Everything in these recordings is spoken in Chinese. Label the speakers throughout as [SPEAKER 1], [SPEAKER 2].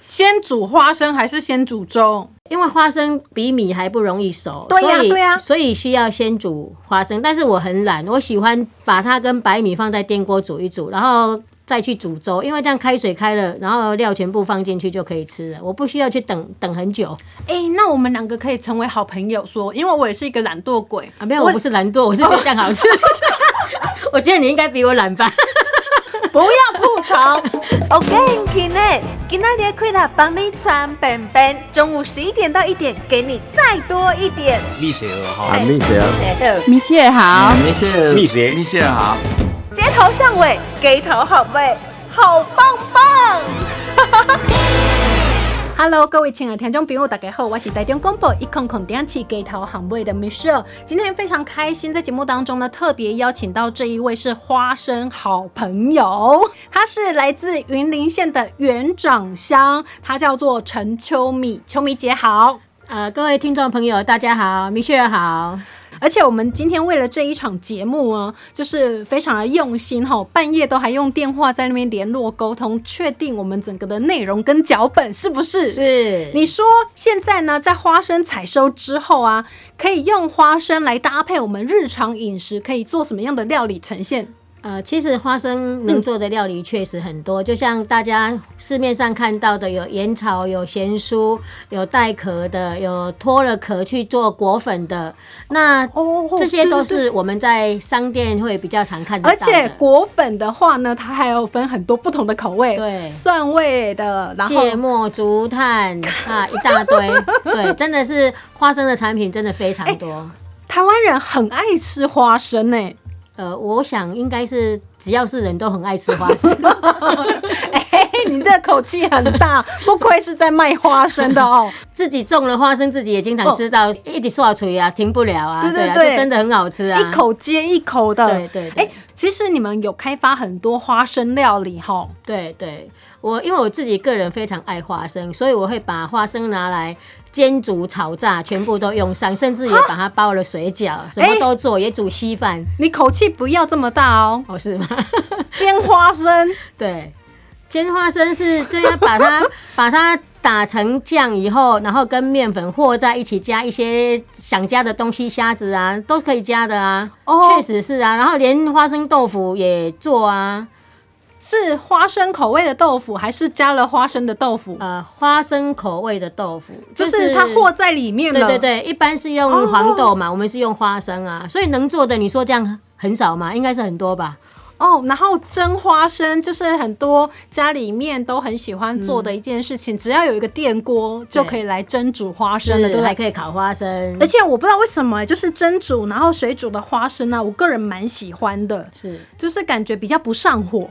[SPEAKER 1] 先煮花生还是先煮粥？
[SPEAKER 2] 因为花生比米还不容易熟，
[SPEAKER 3] 对呀
[SPEAKER 2] 所以
[SPEAKER 3] 对呀
[SPEAKER 2] 所以需要先煮花生。但是我很懒，我喜欢把它跟白米放在电锅煮一煮，然后再去煮粥，因为这样开水开了，然后料全部放进去就可以吃了，我不需要去等等很久
[SPEAKER 1] 哎、那我们两个可以成为好朋友说，因为我也是一个懒惰鬼
[SPEAKER 2] 啊。没有，我不是懒惰，我是觉得这样好吃。 我觉得你应该比我懒吧。
[SPEAKER 3] 不要吐槽。OK，今天今天的快乐帮你穿本本，中午十一点到一点，给你再多一点。
[SPEAKER 4] 蜜雪儿哈，
[SPEAKER 5] 很密切啊，
[SPEAKER 6] 米切好，
[SPEAKER 5] 密切
[SPEAKER 4] 蜜雪
[SPEAKER 5] 密切啊，
[SPEAKER 3] 街头巷尾，街头好味，好棒棒。
[SPEAKER 1] Hello，各位亲爱的听众朋友，大家好，我是台中广播一空空点起给头行位的 Michelle。今天非常开心，在节目当中呢，特别邀请到这一位是花生好朋友，他是来自云林县的园长乡，他叫做陈秋米，秋米姐好。
[SPEAKER 2] 呃，各位听众朋友，大家好，米雪儿好。
[SPEAKER 1] 而且我们今天为了这一场节目呢，就是非常的用心哈，半夜都还用电话在那边联络沟通，确定我们整个的内容跟脚本是不是？
[SPEAKER 2] 是
[SPEAKER 1] 你说现在呢，在花生采收之后啊，可以用花生来搭配我们日常饮食，可以做什么样的料理呈现？
[SPEAKER 2] 呃，其实花生能做的料理确实很多，就像大家市面上看到的，有盐炒、有咸酥、有带壳的、有脱了壳去做果粉的，那
[SPEAKER 1] 哦
[SPEAKER 2] 这些都
[SPEAKER 1] 对对
[SPEAKER 2] 是我们在商店会比较常看 得
[SPEAKER 1] 而
[SPEAKER 2] 到的。
[SPEAKER 1] 且果粉的话呢，它还有分很多不同的口味，
[SPEAKER 2] 对
[SPEAKER 1] 蒜味的，然后
[SPEAKER 2] 芥末、竹炭啊，一大堆，对，真的是花生的产品真的非常 多。
[SPEAKER 1] 台湾人很爱吃花生呢、
[SPEAKER 2] 呃，我想应该是只要是人都很爱吃花生。
[SPEAKER 1] 哎、你这口气很大，不愧是在卖花生的 哦。
[SPEAKER 2] 自己种了花生，自己也经常吃到，一直刷出啊，停不了啊，
[SPEAKER 1] 对对
[SPEAKER 2] 啊，
[SPEAKER 1] 对
[SPEAKER 2] 这真的很好吃啊，
[SPEAKER 1] 一口接一口的。
[SPEAKER 2] 对对对
[SPEAKER 1] 哎、其实你们有开发很多花生料理哈。
[SPEAKER 2] 对对，我因为我自己个人非常爱花生，所以我会把花生拿来煎煮、炒炸，全部都用上，甚至也把它包了水饺，什
[SPEAKER 1] 哎
[SPEAKER 2] 么都做，也煮稀饭，
[SPEAKER 1] 你口气不要这么大哦，
[SPEAKER 2] 哦，是吗？
[SPEAKER 1] 煎花生，
[SPEAKER 2] 对，煎花生是就要把它 把它打成酱以后，然后跟面粉和在一起，加一些想加的东西，虾子啊都可以加的啊，
[SPEAKER 1] 哦
[SPEAKER 2] 确实是啊，然后连花生豆腐也做啊，
[SPEAKER 1] 是花生口味的豆腐，还是加了花生的豆腐？
[SPEAKER 2] 呃，花生口味的豆腐，
[SPEAKER 1] 就是它和在里面了。哦
[SPEAKER 2] 对对对，一般是用黄豆嘛，我们是用花生啊，所以能做的你说这样很少嘛，应该是很多吧？
[SPEAKER 1] 哦，然后蒸花生就是很多家里面都很喜欢做的一件事情，只要有一个电锅就可以来蒸煮花生了，对不对？
[SPEAKER 2] 还可以烤花生
[SPEAKER 1] 而，且我不知道为什么、就是蒸煮然后水煮的花生啊呢、我个人蛮喜欢的，
[SPEAKER 2] 是，
[SPEAKER 1] 就是感觉比较不上火，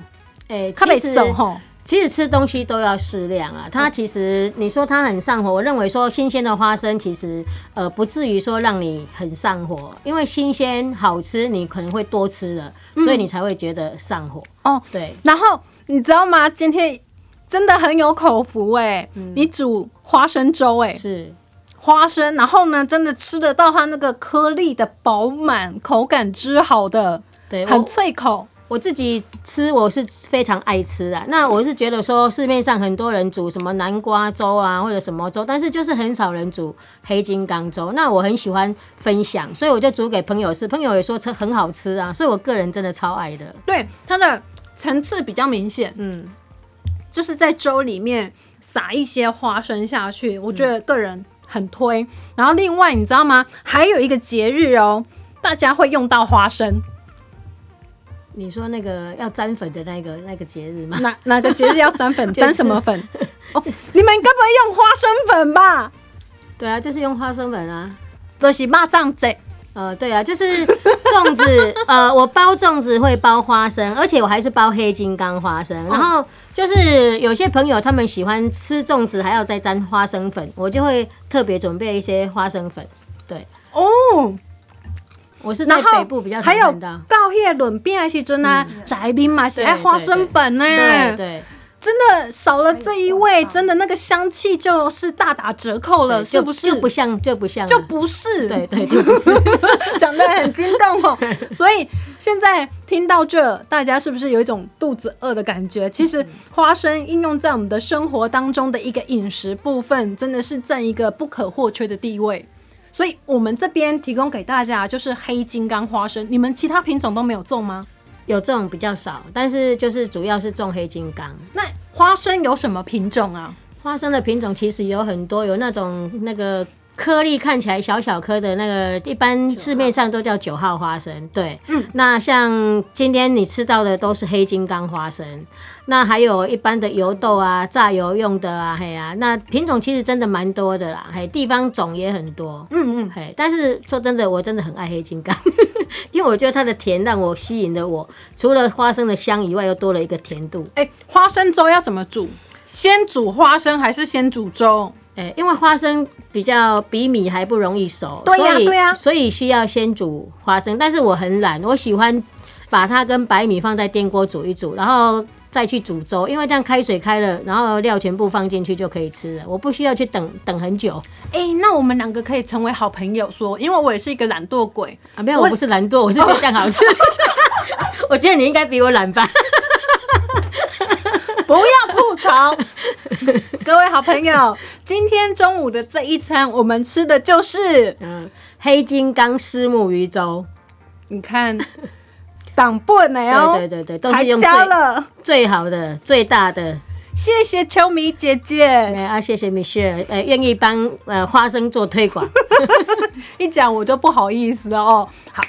[SPEAKER 2] 诶、
[SPEAKER 1] 特别
[SPEAKER 2] 其实
[SPEAKER 1] 熟吼。
[SPEAKER 2] 其实吃东西都要适量啊。它其实你说它很上火，我认为说新鲜的花生其实呃不至于说让你很上火，因为新鲜好吃，你可能会多吃了，所以你才会觉得上火。
[SPEAKER 1] 哦
[SPEAKER 2] 对，
[SPEAKER 1] 然后你知道吗？今天真的很有口福哎、你煮花生粥哎、
[SPEAKER 2] 嗯是。
[SPEAKER 1] 花生，然后呢，真的吃得到它那个颗粒的饱满，口感之好的，
[SPEAKER 2] 对
[SPEAKER 1] 很
[SPEAKER 2] 哎我
[SPEAKER 1] 脆口。
[SPEAKER 2] 我自己吃我是非常爱吃啊，那我是觉得说市面上很多人煮什么南瓜粥啊，或者什么粥，但是就是很少人煮黑金刚粥。那我很喜欢分享，所以我就煮给朋友吃，朋友也说吃很好吃啊，所以我个人真的超爱的。
[SPEAKER 1] 对，它的层次比较明显，
[SPEAKER 2] 嗯，
[SPEAKER 1] 就是在粥里面撒一些花生下去，
[SPEAKER 2] 嗯
[SPEAKER 1] 我觉得个人很推。然后另外你知道吗？还有一个节日哦，大家会用到花生，
[SPEAKER 2] 你说那个要沾粉的那个那个节日吗？
[SPEAKER 1] 哪哪个节日要沾 粉？
[SPEAKER 2] 就是
[SPEAKER 1] 沾什么粉？哦，你们该不会用花生粉吧？
[SPEAKER 2] 对啊，就是用花生粉啊。
[SPEAKER 1] 就是蚂蚱贼，
[SPEAKER 2] 呃，对啊，就是粽子， 呃，我包粽子会包花生，而且我还是包黑金刚花
[SPEAKER 1] 哦
[SPEAKER 2] 生。然后就是有些朋友他们喜欢吃粽子，还要再沾花生粉，我就会特别准备一些花生粉。对，
[SPEAKER 1] 哦，
[SPEAKER 2] 我是在
[SPEAKER 1] 然
[SPEAKER 2] 北
[SPEAKER 1] 后
[SPEAKER 2] 部比较常
[SPEAKER 1] 还有
[SPEAKER 2] 看到。
[SPEAKER 1] 嗯到迄个论饼的时阵啊，在面嘛是爱花生粉呢。
[SPEAKER 2] 对对，
[SPEAKER 1] 真的少了这一味，真的那个香气就是大打折扣了，
[SPEAKER 2] 对
[SPEAKER 1] 是
[SPEAKER 2] 就
[SPEAKER 1] 不是？
[SPEAKER 2] 就不像就不像了啊
[SPEAKER 1] 就不是，
[SPEAKER 2] 嗯对对就不是
[SPEAKER 1] 讲的很激动 哦。所以现在听到这，大家是不是有一种肚子饿的感觉？其实花生应用在我们的生活当中的一个饮食部分，真的是占一个不可或缺的地位。所以我们这边提供给大家就是黑金刚花生，你们其他品种都没有种吗？
[SPEAKER 2] 有这种比较少，但是就是主要是种黑金刚。
[SPEAKER 1] 那花生有什么品种啊？
[SPEAKER 2] 花生的品种其实有很多，有那种那个颗粒看起来小小颗的那个，一般市面上都叫九号花生。对，那像今天你吃到的都是黑金刚花生，那还有一般的油豆啊、榨油用的啊，嘿啊，那品种其实真的蛮多的啦，嘿，地方种也很多。嗯嗯，嘿，但是说真的，我真的很爱黑金刚。 因为我觉得它的甜让我吸引了我，除了花生的香以外，又多了一个甜度。
[SPEAKER 1] 哎、花生粥要怎么煮？先煮花生还是先煮粥？
[SPEAKER 2] 哎、因为花生比较比米还不容易熟，
[SPEAKER 1] 对呀
[SPEAKER 2] 所以
[SPEAKER 1] 对呀
[SPEAKER 2] 所以需要先煮花生。但是我很懒，我喜欢把它跟白米放在电锅煮一煮，然后再去煮粥，因为这样开水开了，然后料全部放进去就可以吃了，我不需要去等等很久
[SPEAKER 1] 哎、那我们两个可以成为好朋友说，因为我也是一个懒惰鬼。
[SPEAKER 2] 啊。没有，我不是懒惰，我是觉得这样好吃。 我觉得你应该比我懒吧？
[SPEAKER 1] 不要吐槽， 各位好朋友，今天中午的这一餐，我们吃的就是
[SPEAKER 2] 嗯，黑金刚虱目鱼粥，
[SPEAKER 1] 你看党笨哎哦，
[SPEAKER 2] 对对对对都是
[SPEAKER 1] 还
[SPEAKER 2] 用最
[SPEAKER 1] 加了，
[SPEAKER 2] 最好的、最大的。
[SPEAKER 1] 谢谢秋米姐姐，
[SPEAKER 2] 哎啊，谢谢 Michelle，呃，愿意帮呃花生做推 广。
[SPEAKER 1] 一讲我就不好意思了哦。好，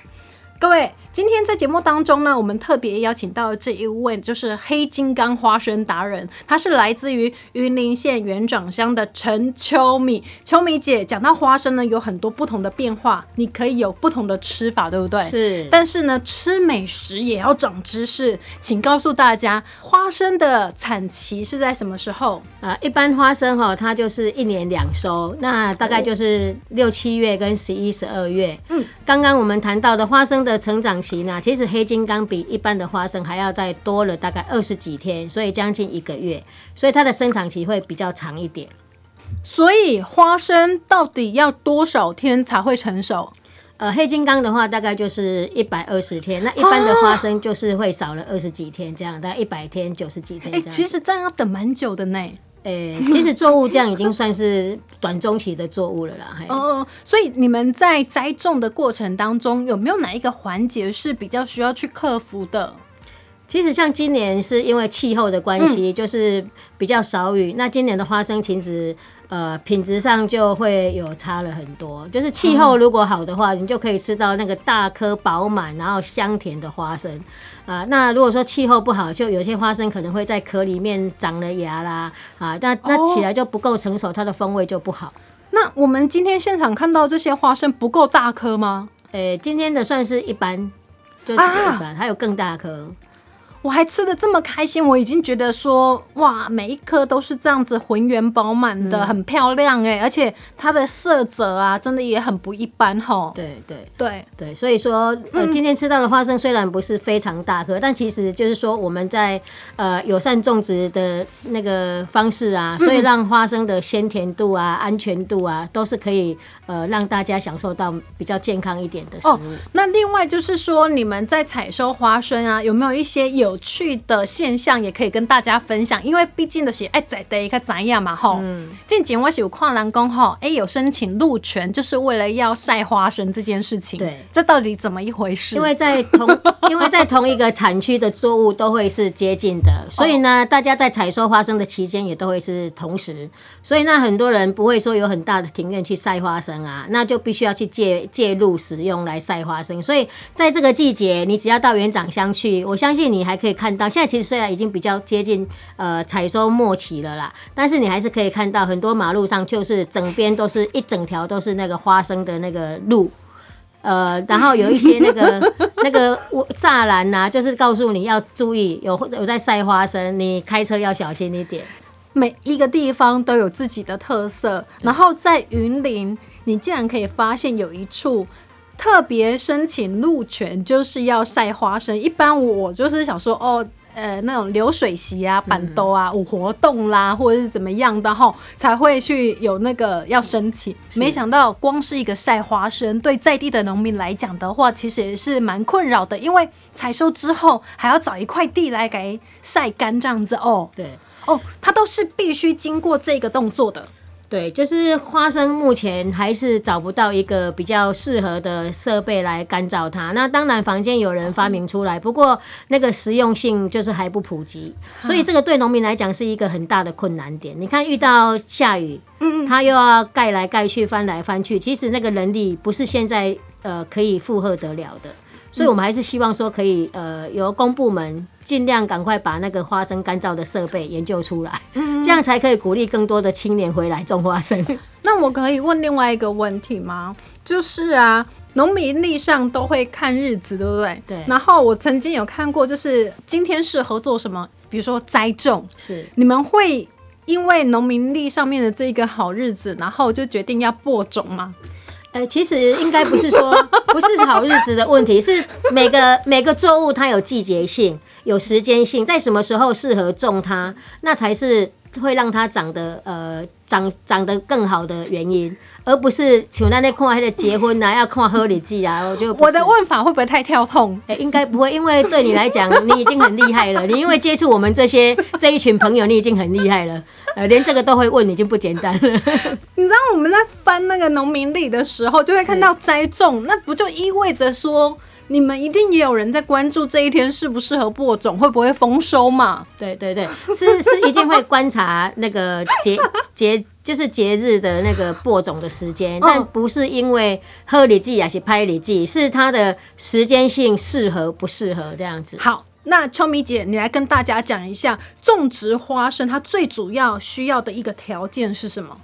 [SPEAKER 1] 各位，今天在节目当中呢，我们特别邀请到的这一位就是黑金刚花生达人，他是来自于云林县园长乡的陈秋米。秋米姐讲到花生呢，有很多不同的变化，你可以有不同的吃法，对不对？
[SPEAKER 2] 是
[SPEAKER 1] 但是呢，吃美食也要长知识，请告诉大家，花生的产期是在什么时候？
[SPEAKER 2] 啊，一般花生哈、它就是一年两收，那大概就是六七月跟十一十二月。嗯，刚刚我们谈到的花生的成长期呢，其实黑金刚比一般的花生还要再多了大概二十几天，所以将近一个月，所以它的生长期会比较长一点。
[SPEAKER 1] 所以花生到底要多少天才会成熟？
[SPEAKER 2] 呃，黑金刚的话大概就是一百二十天，那一般的花生就是会少了二十几天这样，大概一百天、九十几天这
[SPEAKER 1] 哎、
[SPEAKER 2] 样。哎
[SPEAKER 1] 其实这样要等蛮久的呢。
[SPEAKER 2] 诶、其实作物这样已经算是短中期的作物了啦。嘿，
[SPEAKER 1] 哦，所以你们在栽种的过程当中，有没有哪一个环节是比较需要去克服的？
[SPEAKER 2] 其实像今年是因为气候的关系，就是比较少雨，那今年的花生其实呃品质上就会有差了很多。就是气候如果好的话，你就可以吃到那个大颗饱满然后香甜的花生啊、那如果说气候不好，就有些花生可能会在壳里面长了芽啦啊，那那起来就不够成熟，它的风味就不好。
[SPEAKER 1] 那我们今天现场看到这些花生不够大颗吗？
[SPEAKER 2] 诶、今天的算是一般，就是一般，还有更大颗。
[SPEAKER 1] 我还吃的这么开心，我已经觉得说，哇，每一颗都是这样子浑圆饱满
[SPEAKER 2] 嗯
[SPEAKER 1] 的，很漂亮哎、而且它的色泽啊，真的也很不一般吼。
[SPEAKER 2] 对对
[SPEAKER 1] 对，
[SPEAKER 2] 对，所以说，呃，今天吃到的花生虽然不是非常大颗，但其实就是说我们在呃友善种植的那个方式啊，所以让花生的鲜甜度啊、安全度啊，都是可以呃让大家享受到比较健康一点的食
[SPEAKER 1] 哦
[SPEAKER 2] 物。，
[SPEAKER 1] 那另外就是说，你们在采收花生啊，有没有一些有趣的现象也可以跟大家分享？因为毕竟的是爱在的一个展样嘛，吼。嗯。近前我是有矿栏工吼，哎、有申请入权，就是为了要晒花生这件事情。
[SPEAKER 2] 对
[SPEAKER 1] 这到底怎么一回事？
[SPEAKER 2] 因为在同因为在同一个产区的作物都会是接近的，所以呢，大家在采收花生的期间也都会是同时，所以那很多人不会说有很大的庭院去晒花生啊，那就必须要去介介入使用来晒花生。所以在这个季节，你只要到园长乡去，我相信你还可以看到，现在其实虽然已经比较接近呃采收末期了啦，但是你还是可以看到很多马路上就是整边都是一整条都是那个花生的那个路。呃，然后有一些那个 那个我栅栏呐、就是告诉你要注意，有有在晒花生，你开车要小心一点。
[SPEAKER 1] 每一个地方都有自己的特色，然后在云林，你竟然可以发现有一处。特别申请入权就是要晒花生，一般我就是想说哦，呃那种流水席啊、板兜啊、有活动啦，或者是怎么样的吼，才会去有那个要申请。没想到光是一个晒花生，对在地的农民来讲的话，其实也是蛮困扰的，因为采收之后还要找一块地来给晒干这样子哦。
[SPEAKER 2] 对。
[SPEAKER 1] 哦，它都是必须经过这个动作的。
[SPEAKER 2] 对，就是花生目前还是找不到一个比较适合的设备来干燥它。那当然，房间有人发明出来，不过那个实用性就是还不普及，所以这个对农民来讲是一个很大的困难点。你看，遇到下雨，他又要盖来盖去、翻来翻去，其实那个人力不是现在呃可以负荷得了的。所以我们还是希望说可以呃由公部门尽量赶快把那个花生干燥的设备研究出来，
[SPEAKER 1] 嗯
[SPEAKER 2] 这样才可以鼓励更多的青年回来种 花生。
[SPEAKER 1] 那我可以问另外一个问题吗？就是啊，农民历上都会看日子，对不对？
[SPEAKER 2] 对
[SPEAKER 1] 然后我曾经有看过，就是今天适合做什么，比如说栽种，
[SPEAKER 2] 是
[SPEAKER 1] 你们会因为农民历上面的这一个好日子，然后就决定要播种吗？
[SPEAKER 2] 呃，其实应该不是说 不是好日子的问题，是每个每个作物它有季节性、有时间性，在什么时候适合种它，那才是会让它长得呃长长得更好的原因，而不是像那那看那个结婚啊，要看婚礼季啊，我就不
[SPEAKER 1] 我
[SPEAKER 2] 是
[SPEAKER 1] 的问法会不会太跳痛？
[SPEAKER 2] 哎、应该不会，因为对你来讲，你已经很厉害了。你因为接触我们这些 这一群朋友，你已经很厉害了。呃，连这个都会问，已经不简单了。
[SPEAKER 1] 你知道我们在翻那个农民历的时候，就会看到栽种，那不就意味着说，你们一定也有人在关注这一天适不适合播种，会不会丰收嘛？
[SPEAKER 2] 对对对，是是一定会观察那个节节，就是节日的那个播种的时间，但不是因为喝礼记还是拍礼记，是它的时间性适合不适合这样子。
[SPEAKER 1] 好，那秋米姐，你来跟大家讲一下种植花生它最主要需要的一个条件是什么？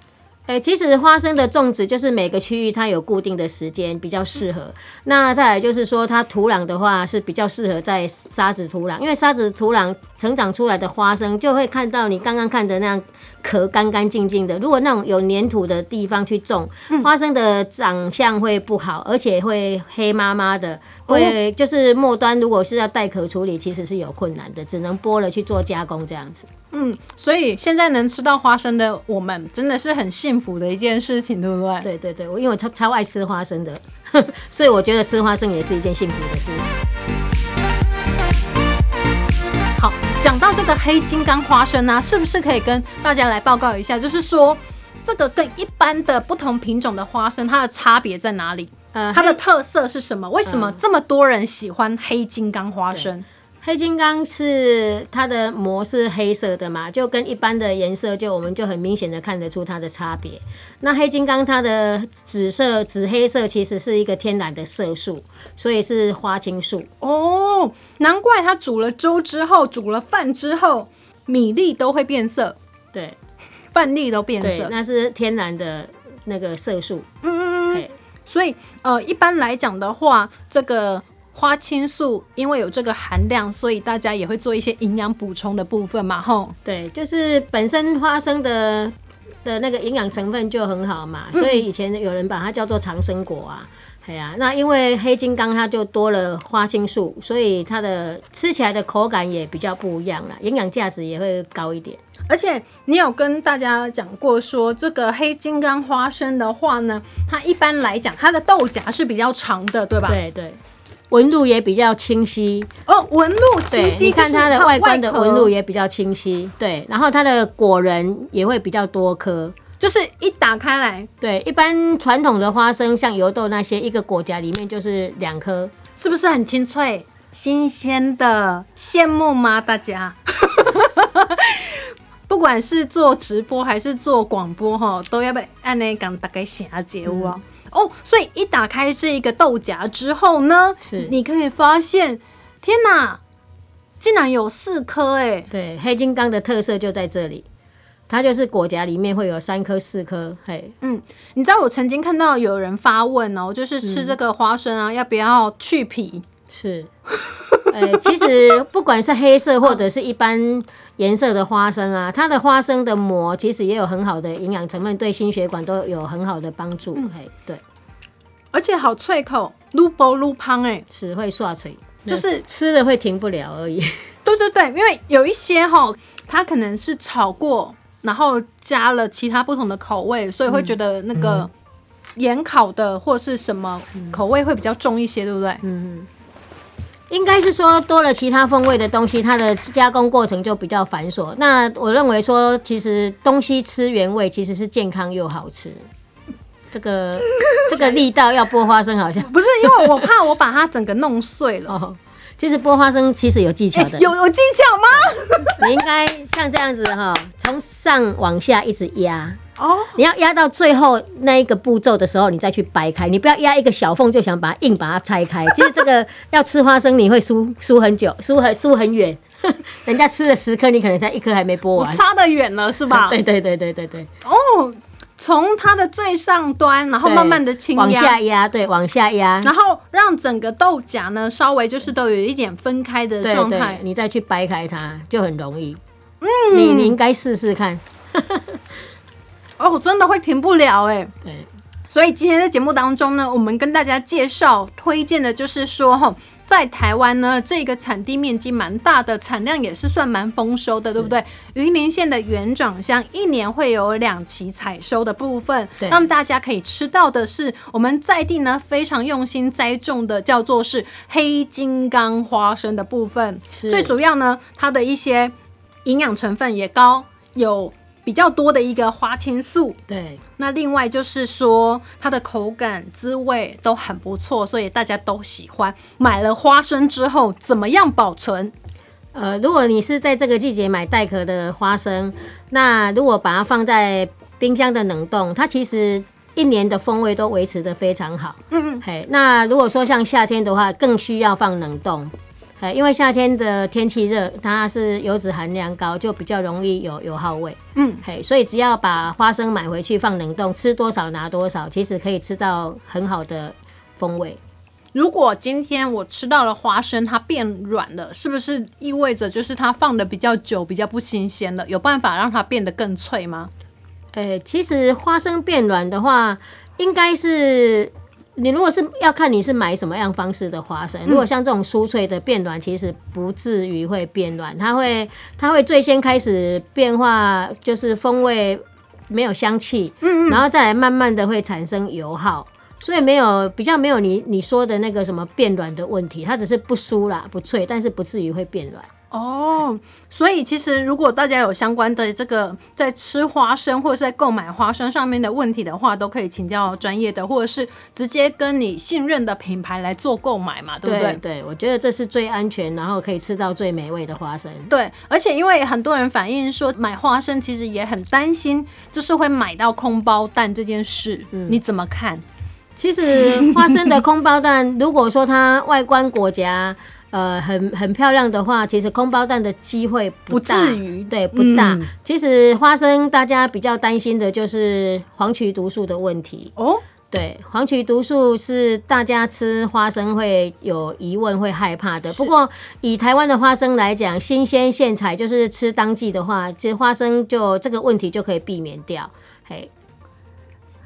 [SPEAKER 2] 哎、其实花生的种植就是每个区域它有固定的时间比较适合。那再来就是说，它土壤的话是比较适合在沙子土壤，因为沙子土壤成长出来的花生就会看到你刚刚看的那样壳干干净净的。如果那种有粘土的地方去种，花生的长相会不好，而且会黑麻麻的，会就是末端如果是要带壳处理，其实是有困难的，只能剥了去做加工这样子。
[SPEAKER 1] 嗯，所以现在能吃到花生的我们，真的是很幸福的一件事情，对不对？
[SPEAKER 2] 对对对，我因为我超超爱吃花生的， 所以我觉得吃花生也是一件幸福的事。
[SPEAKER 1] 好，讲到这个黑金刚花生呢、是不是可以跟大家来报告一下？就是说，这个跟一般的不同品种的花生，它的差别在哪里？
[SPEAKER 2] 呃嗯
[SPEAKER 1] 它的特色是什么？为什么这么多人喜欢黑金刚花生？
[SPEAKER 2] 黑金刚是它的膜是黑色的嘛，就跟一般的颜色就我们就很明显的看得出它的差别。那黑金刚它的紫色、紫黑色其实是一个天然的色素，所以是花青素。
[SPEAKER 1] 哦，难怪它煮了粥之后，煮了饭之后，米粒都会变色，
[SPEAKER 2] 对
[SPEAKER 1] 饭粒都变
[SPEAKER 2] 对，
[SPEAKER 1] 色。
[SPEAKER 2] 那是天然的那个色素。嗯嗯嗯。
[SPEAKER 1] 所以，呃，一般来讲的话，这个花青素因为有这个含量，所以大家也会做一些营养补充的部分嘛，吼。
[SPEAKER 2] 对，就是本身花生的的那个营养成分就很好嘛，所以以前有人把它叫做长生果啊。哎呀、那因为黑金刚它就多了花青素，所以它的吃起来的口感也比较不一样啦，营养价值也会高一点。
[SPEAKER 1] 而且你有跟大家讲过说，这个黑金刚花生的话呢，它一般来讲它的豆荚是比较长的，对吧？。
[SPEAKER 2] 对对，纹路也比较清晰，
[SPEAKER 1] 哦，纹路
[SPEAKER 2] 对
[SPEAKER 1] 清，晰，
[SPEAKER 2] 你看它的外观的纹路
[SPEAKER 1] 也
[SPEAKER 2] 也比较清晰，对，然后它的果仁也会比较多颗，
[SPEAKER 1] 就是一打开来，
[SPEAKER 2] 对，一般传统的花生像油豆那些，一个果荚里面就是两颗，
[SPEAKER 1] 是不是很清脆、新鲜的？羡慕吗，大家？ 不管是做直播还是做广播，哈，都要被按那讲大概写结舞啊。哦，所以一打开这一个豆荚之后呢，
[SPEAKER 2] 是
[SPEAKER 1] 你可以发现，天哪，竟然有四颗哎、
[SPEAKER 2] 对，黑金刚的特色就在这里，它就是果荚里面会有三颗、四颗，嘿，
[SPEAKER 1] 嗯，你知道我曾经看到有人发问哦，就是吃这个花生啊，要不要去皮？
[SPEAKER 2] 是。呃，其实不管是黑色或者是一般颜色的花生啊，它的花生的膜其实也有很好的营养成分，对心血管都有很好的帮助。
[SPEAKER 1] 嗯
[SPEAKER 2] 嘿，对，
[SPEAKER 1] 而且好脆口，撸薄撸胖哎，
[SPEAKER 2] 是会刷嘴，
[SPEAKER 1] 就是
[SPEAKER 2] 吃了会停不了而已。
[SPEAKER 1] 对对对，因为有一些哈，它可能是炒过，然后加了其他不同的口味，所以
[SPEAKER 2] 嗯
[SPEAKER 1] 会觉得那个盐烤的或是什么
[SPEAKER 2] 嗯
[SPEAKER 1] 口味会比较重一些，对不对？
[SPEAKER 2] 应该是说多了其他风味的东西，它的加工过程就比较繁琐。那我认为说，其实东西吃原味其实是健康又好吃。这个这个力道要剥花生好像
[SPEAKER 1] 不是，因为我怕我把它整个弄碎了。哎
[SPEAKER 2] 哦，其实剥花生其实有技巧 的，
[SPEAKER 1] 有有技巧吗？
[SPEAKER 2] 你应该像这样子哈，从上往下一直压。
[SPEAKER 1] 哦，
[SPEAKER 2] 你要压到最后那一个步骤的时候，你再去掰开，你不要压一个小缝就想把它硬把它拆开。其实这个要吃花生，你会输输很久，输很输很远。 人家吃了十颗，你可能才一颗还没剥
[SPEAKER 1] 我
[SPEAKER 2] 完。啊
[SPEAKER 1] 差得远了是吧？
[SPEAKER 2] 对对对对对对，
[SPEAKER 1] 哦，从它的最上端，然后
[SPEAKER 2] 对
[SPEAKER 1] 慢慢的轻
[SPEAKER 2] 往
[SPEAKER 1] 压
[SPEAKER 2] 下。压，对，往下压，
[SPEAKER 1] 然后让整个豆荚呢，稍微就是都有一点分开的
[SPEAKER 2] 对
[SPEAKER 1] 状
[SPEAKER 2] 对
[SPEAKER 1] 态，。
[SPEAKER 2] 你再去掰开它就很容易。嗯，你你应该试试看。
[SPEAKER 1] 哦，真的会停不了哎、
[SPEAKER 2] 对，
[SPEAKER 1] 所以今天在节目当中呢，我们跟大家介绍推荐的就是说哈，在台湾呢，这个产地面积蛮大的，产量也是算蛮丰收的，对不对？云林县的园长乡一年会有两期采收的部分，
[SPEAKER 2] 对
[SPEAKER 1] 让大家可以吃到的是我们在地呢非常用心栽种的，叫做是黑金刚花生的部分。
[SPEAKER 2] 是
[SPEAKER 1] 最主要呢，它的一些营养成分也高，有比较多的一个花青素。
[SPEAKER 2] 对，
[SPEAKER 1] 那另外就是说，它的口感、滋味都很不错，所以大家都喜欢。买了花生之后，怎么样保存？
[SPEAKER 2] 呃，如果你是在这个季节买带壳的花生，那如果把它放在冰箱的冷冻，它其实一年的风味都维持的非常好。嗯嗯。嘿，那如果说像夏天的话，更需要放冷冻。哎，因为夏天的天气热，它是油脂含量高，就比较容易有油耗味。
[SPEAKER 1] 嗯，
[SPEAKER 2] 嘿，所以只要把花生买回去放冷冻，吃多少拿多少，其实可以吃到很好的风味。
[SPEAKER 1] 如果今天我吃到了花生，它变软了，是不是意味着就是它放的比较久，比较不新鲜了？有办法让它变得更脆吗？
[SPEAKER 2] 呃，其实花生变软的话，应该是你如果是要看你是买什么样方式的花生。如果像这种酥脆的变软，其实不至于会变软，它会它会最先开始变化，就是风味没有香气，嗯然后再来慢慢的会产生油耗。所以没有比较没有你你说的那个什么变软的问题，它只是不酥啦不脆，但是不至于会变软。
[SPEAKER 1] 哦，所以其实如果大家有相关的这个在吃花生或者是在购买花生上面的问题的话，都可以请教专业的，或者是直接跟你信任的品牌来做购买嘛，对不对？
[SPEAKER 2] 对，我觉得这是最安全，然后可以吃到最美味的花生。
[SPEAKER 1] 对，而且因为很多人反映说买花生其实也很担心，就是会买到空包蛋这件事，你怎么看？
[SPEAKER 2] 其实花生的空包蛋，如果说它外观果夹呃很很漂亮的话，其实空包蛋的机会不大
[SPEAKER 1] 不至于嗯
[SPEAKER 2] 对不大。其实花生大家比较担心的就是黄曲毒素的问题。
[SPEAKER 1] 哦，
[SPEAKER 2] 对，黄曲毒素是大家吃花生会有疑问、会害怕的。不过以台湾的花生来讲，新鲜现采就是吃当季的话，其实花生就这个问题就可以避免掉。嘿，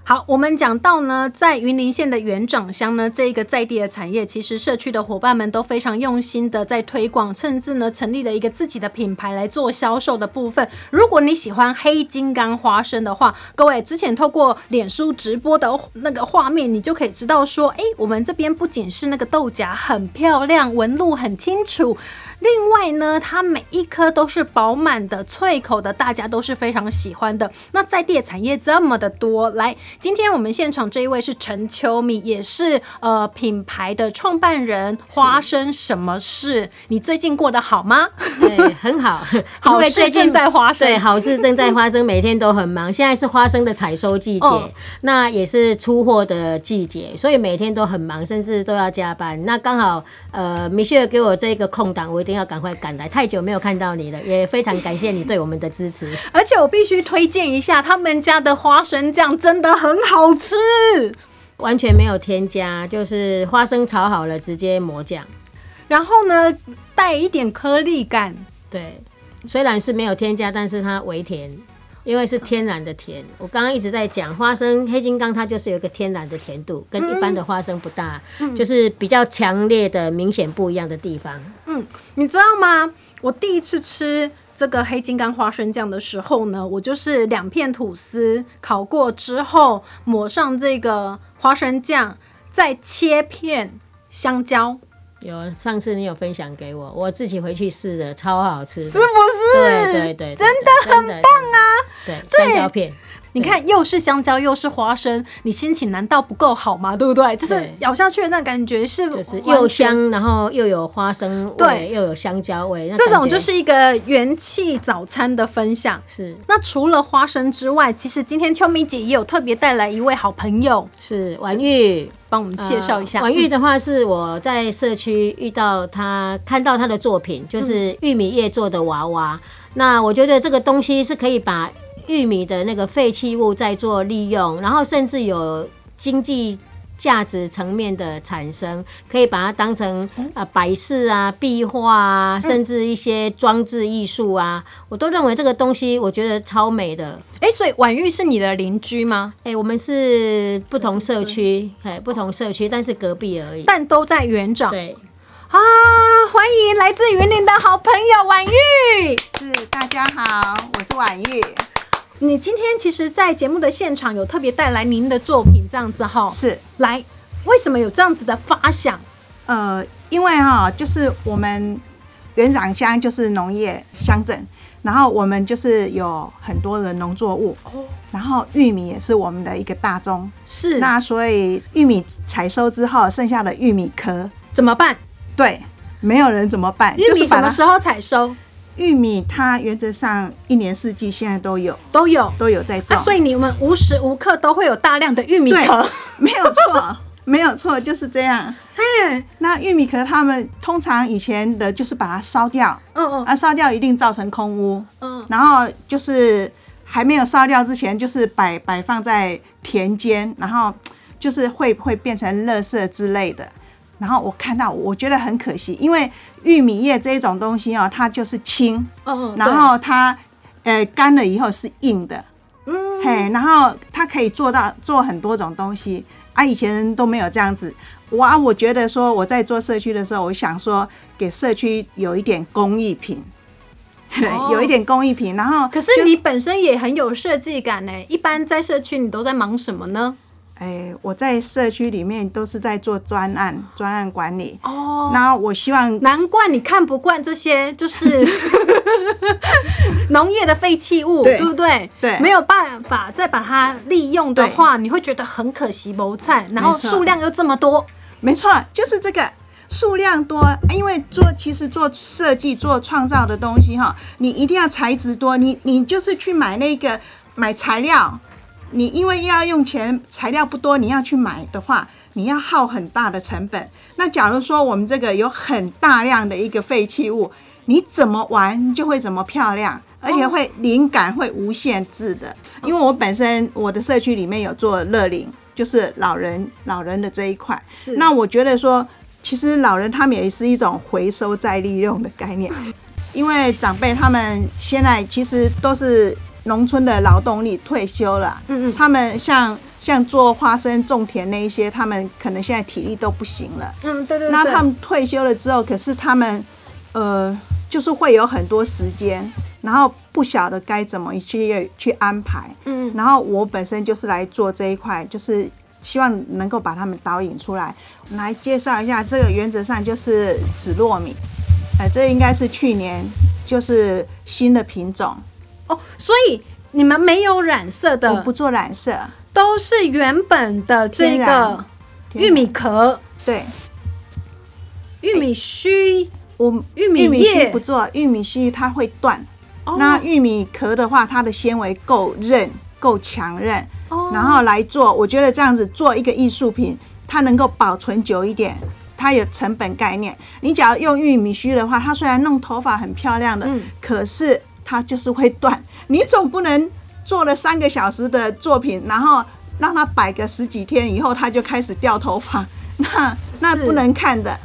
[SPEAKER 1] 好，我们讲到呢，在云林县的园长乡呢，这一个在地的产业，其实社区的伙伴们都非常用心的在推广，甚至呢成立了一个自己的品牌来做销售的部分。如果你喜欢黑金刚花生的话，各位之前透过脸书直播的那个画面，你就可以知道说，诶，我们这边不仅是那个豆荚很漂亮，纹路很清楚。另外呢，它每一颗都是饱满的、脆口的，大家都是非常喜欢的。那在地的产业这么的多，来，今天我们现场这一位是陈秋米，也是呃品牌的创办人。花生什么事？你最近过得好吗？
[SPEAKER 2] 对，哎很好，
[SPEAKER 1] 好
[SPEAKER 2] 因为
[SPEAKER 1] 事
[SPEAKER 2] 最近
[SPEAKER 1] 正在发生
[SPEAKER 2] 对，好事正在发生，每天都很忙。现在是花生的采收季节，
[SPEAKER 1] 哦
[SPEAKER 2] 那也是出货的季节，所以每天都很忙，甚至都要加班。那刚好，呃，米歇尔给我这个空档，我一定要赶快赶来。太久没有看到你了，也非常感谢你对我们的支持。
[SPEAKER 1] 而且我必须推荐一下，他们家的花生酱真的很好吃。
[SPEAKER 2] 完全没有添加，就是花生炒好了直接抹酱。
[SPEAKER 1] 然后呢，带一点颗粒感，
[SPEAKER 2] 对，虽然是没有添加，但是它微甜。因为是天然的甜。我刚刚一直在讲花生黑金刚，它就是有一个天然的甜度，跟一般的花生不大，就是比较强烈的、明显不一样的地方。
[SPEAKER 1] 嗯，你知道吗？我第一次吃这个黑金刚花生酱的时候呢，我就是两片吐司烤过之后，抹上这个花生酱，再切片香蕉，
[SPEAKER 2] 有上次你有分享给我，我自己回去试的，超好吃的，
[SPEAKER 1] 是不是？
[SPEAKER 2] 对对对，
[SPEAKER 1] 真的
[SPEAKER 2] 的很棒啊！对，香蕉片，
[SPEAKER 1] 你看，又是香蕉，又是花生，你心情难道不够好吗？对不对？就是
[SPEAKER 2] 对
[SPEAKER 1] 咬下去的那感觉是
[SPEAKER 2] 就是
[SPEAKER 1] 完
[SPEAKER 2] 又
[SPEAKER 1] 全
[SPEAKER 2] 香，然后又有花生
[SPEAKER 1] 对
[SPEAKER 2] 味，又有香蕉味，那
[SPEAKER 1] 这
[SPEAKER 2] 感
[SPEAKER 1] 种
[SPEAKER 2] 觉
[SPEAKER 1] 就是一个元气早餐的分享。
[SPEAKER 2] 是
[SPEAKER 1] 那除了花生之外，其实今天秋米姐也有特别带来一位好朋友，
[SPEAKER 2] 是玩玉。
[SPEAKER 1] 帮我们介绍一下。
[SPEAKER 2] 呃婉玉的话是我在社区遇到她，看到她的作品，
[SPEAKER 1] 嗯
[SPEAKER 2] 就是玉米叶做的娃娃。那我觉得这个东西是可以把玉米的那个废弃物再做利用，然后甚至有经济。价值层面的产生，可以把它当成
[SPEAKER 1] 嗯
[SPEAKER 2] 啊摆饰啊、壁画啊，甚至一些装置艺术啊，我都认为这个东西我觉得超美的。
[SPEAKER 1] 哎、所以婉玉是你的邻居吗？
[SPEAKER 2] 哎、我们是不同社区，哎，不同社区，但是隔壁而已。
[SPEAKER 1] 但都在园长
[SPEAKER 2] 对，
[SPEAKER 1] 啊！欢迎来自云林的好朋友婉玉。
[SPEAKER 4] 是大家好，我是婉玉。
[SPEAKER 1] 你今天其实，在节目的现场有特别带来您的作品，这样子哈。
[SPEAKER 4] 是，
[SPEAKER 1] 来，为什么有这样子的发想？
[SPEAKER 4] 呃，因为哈、就是我们园长乡就是农业乡镇，然后我们就是有很多的农作物，然后玉米也是我们的一个大宗。
[SPEAKER 1] 哦是
[SPEAKER 4] 那所以玉米采收之后，剩下的玉米壳，
[SPEAKER 1] 怎么办？
[SPEAKER 4] 对，没有人怎么办？
[SPEAKER 1] 玉
[SPEAKER 4] 就
[SPEAKER 1] 米
[SPEAKER 4] 是把
[SPEAKER 1] 什么
[SPEAKER 4] 它
[SPEAKER 1] 时候采收
[SPEAKER 4] 玉米，它原则上一年四季现在都有
[SPEAKER 1] 都有。
[SPEAKER 4] 都有在种，
[SPEAKER 1] 啊，所以你们无时无刻都会有大量的玉米 壳。
[SPEAKER 4] 没有错，没有错，就是这样。
[SPEAKER 1] 嘿，
[SPEAKER 4] 那玉米壳他们通常以前的就是把它烧掉，
[SPEAKER 1] 嗯嗯
[SPEAKER 4] 啊，烧掉一定造成空屋，
[SPEAKER 1] 嗯，
[SPEAKER 4] 然后就是还没有烧掉之前，就是摆摆放在田间，然后就是会会变成垃圾之类的。然后我看到，我觉得很可惜，因为玉米叶这一种东西哦，它就是轻，
[SPEAKER 1] 嗯嗯，
[SPEAKER 4] 然后它呃干了以后是硬的，嗯，嘿，然后它可以做到做很多种东西啊，以前人都没有这样子。我啊，我觉得说我在做社区的时候，我想说给社区有一点工艺品，嘿
[SPEAKER 1] 哦
[SPEAKER 4] 有一点工艺品。然后
[SPEAKER 1] 可是
[SPEAKER 4] 就
[SPEAKER 1] 你本身也很有设计感呢。一般在社区你都在忙什么呢？
[SPEAKER 4] 哎，我在社区里面都是在做专案，专案管理。
[SPEAKER 1] 哦，
[SPEAKER 4] 然后我希望
[SPEAKER 1] 难怪你看不惯这些，就是 农业的废弃物，
[SPEAKER 4] 对
[SPEAKER 1] 对不对？
[SPEAKER 4] 对
[SPEAKER 1] 没有办法再把它利用的话，你会觉得很可惜，谋菜，然后
[SPEAKER 4] 没错
[SPEAKER 1] 数量又这么多，
[SPEAKER 4] 没错，就是这个数量多，因为做其实做设计、做创造的东西哈，你一定要材质多，你你就是去买那个买材料，你因为要用钱，材料不多，你要去买的话，你要耗很大的成本。那假如说我们这个有很大量的一个废弃物，你怎么玩就会怎么漂亮，而且会灵感会无限制的。因为我本身我的社区里面有做乐龄，就是老人老人的这一块。
[SPEAKER 1] 是
[SPEAKER 4] 那我觉得说，其实老人他们也是一种回收再利用的概念。因为长辈他们现在其实都是农村的劳动力退休了，
[SPEAKER 1] 嗯嗯
[SPEAKER 4] 他们像像做花生、种田那一些，他们可能现在体力都不行了。
[SPEAKER 1] 嗯，对对
[SPEAKER 4] 那他们退休了之后，可是他们呃，就是会有很多时间，然后不晓得该怎么去去安排。
[SPEAKER 1] 嗯
[SPEAKER 4] 然后我本身就是来做这一块，就是希望能够把他们导引出来。来介绍一下，这个原则上就是紫糯米，呃，这应该是去年就是新的品种，
[SPEAKER 1] 哦，所以你们没有染色
[SPEAKER 4] 我
[SPEAKER 1] 的
[SPEAKER 4] 不，做染色，
[SPEAKER 1] 都是原本的这
[SPEAKER 4] 天然
[SPEAKER 1] 个玉米壳、
[SPEAKER 4] 对。
[SPEAKER 1] 玉米须。
[SPEAKER 4] 我
[SPEAKER 1] 玉米叶
[SPEAKER 4] 须不做，玉米须它会断。
[SPEAKER 1] 哦
[SPEAKER 4] 那玉米壳的话，它的纤维够韧、够强韧，
[SPEAKER 1] 哦
[SPEAKER 4] 然后来做，我觉得这样子做一个艺术品，它能够保存久一点。它有成本概念，你只要用玉米须的话，它虽然弄头发很漂亮的，
[SPEAKER 1] 嗯
[SPEAKER 4] 可是它就是会断。 你总不能做了三个小时的作品，然后让它摆个十几天以后，它就开始掉头发，那那
[SPEAKER 1] 是
[SPEAKER 4] 不能看的。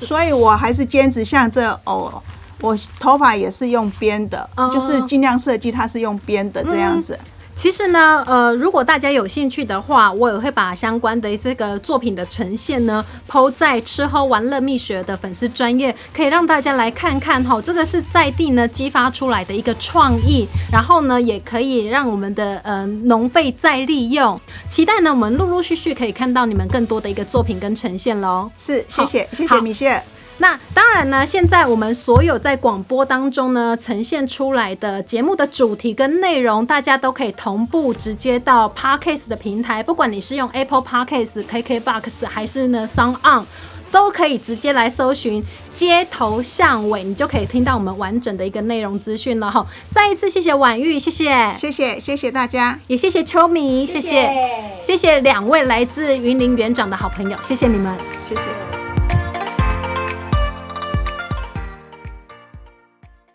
[SPEAKER 4] 所以我还是坚持像这藕哦我头发也是用编的，
[SPEAKER 1] 哦嗯
[SPEAKER 4] 就是尽量设计它是用编的这样子。
[SPEAKER 1] 其实呢，呃，如果大家有兴趣的话，我也会把相关的这个作品的呈现呢，抛在吃喝玩乐蜜雪的粉丝专业，可以让大家来看看哈。这个是在地呢激发出来的一个创意，然后呢，也可以让我们的呃农废再利用。期待呢，我们陆陆续续可以看到你们更多的一个作品跟呈现喽。
[SPEAKER 4] 是，
[SPEAKER 1] 好
[SPEAKER 4] 谢谢，谢
[SPEAKER 1] 好
[SPEAKER 4] 谢米雪。
[SPEAKER 1] 那当然呢，现在我们所有在广播当中呢呈现出来的节目的主题跟内容，大家都可以同步直接到 Podcast 的平台，不管你是用 Apple Podcast、KKBox 还是呢 Sound On。都可以直接来搜寻“街头巷尾”，你就可以听到我们完整的一个内容资讯了哈。再一次谢谢婉玉，谢谢，
[SPEAKER 4] 谢谢，谢谢大家，
[SPEAKER 1] 也谢谢秋迷，谢谢，谢谢两位来自云林园长的好朋友，谢谢你们。
[SPEAKER 4] 谢谢。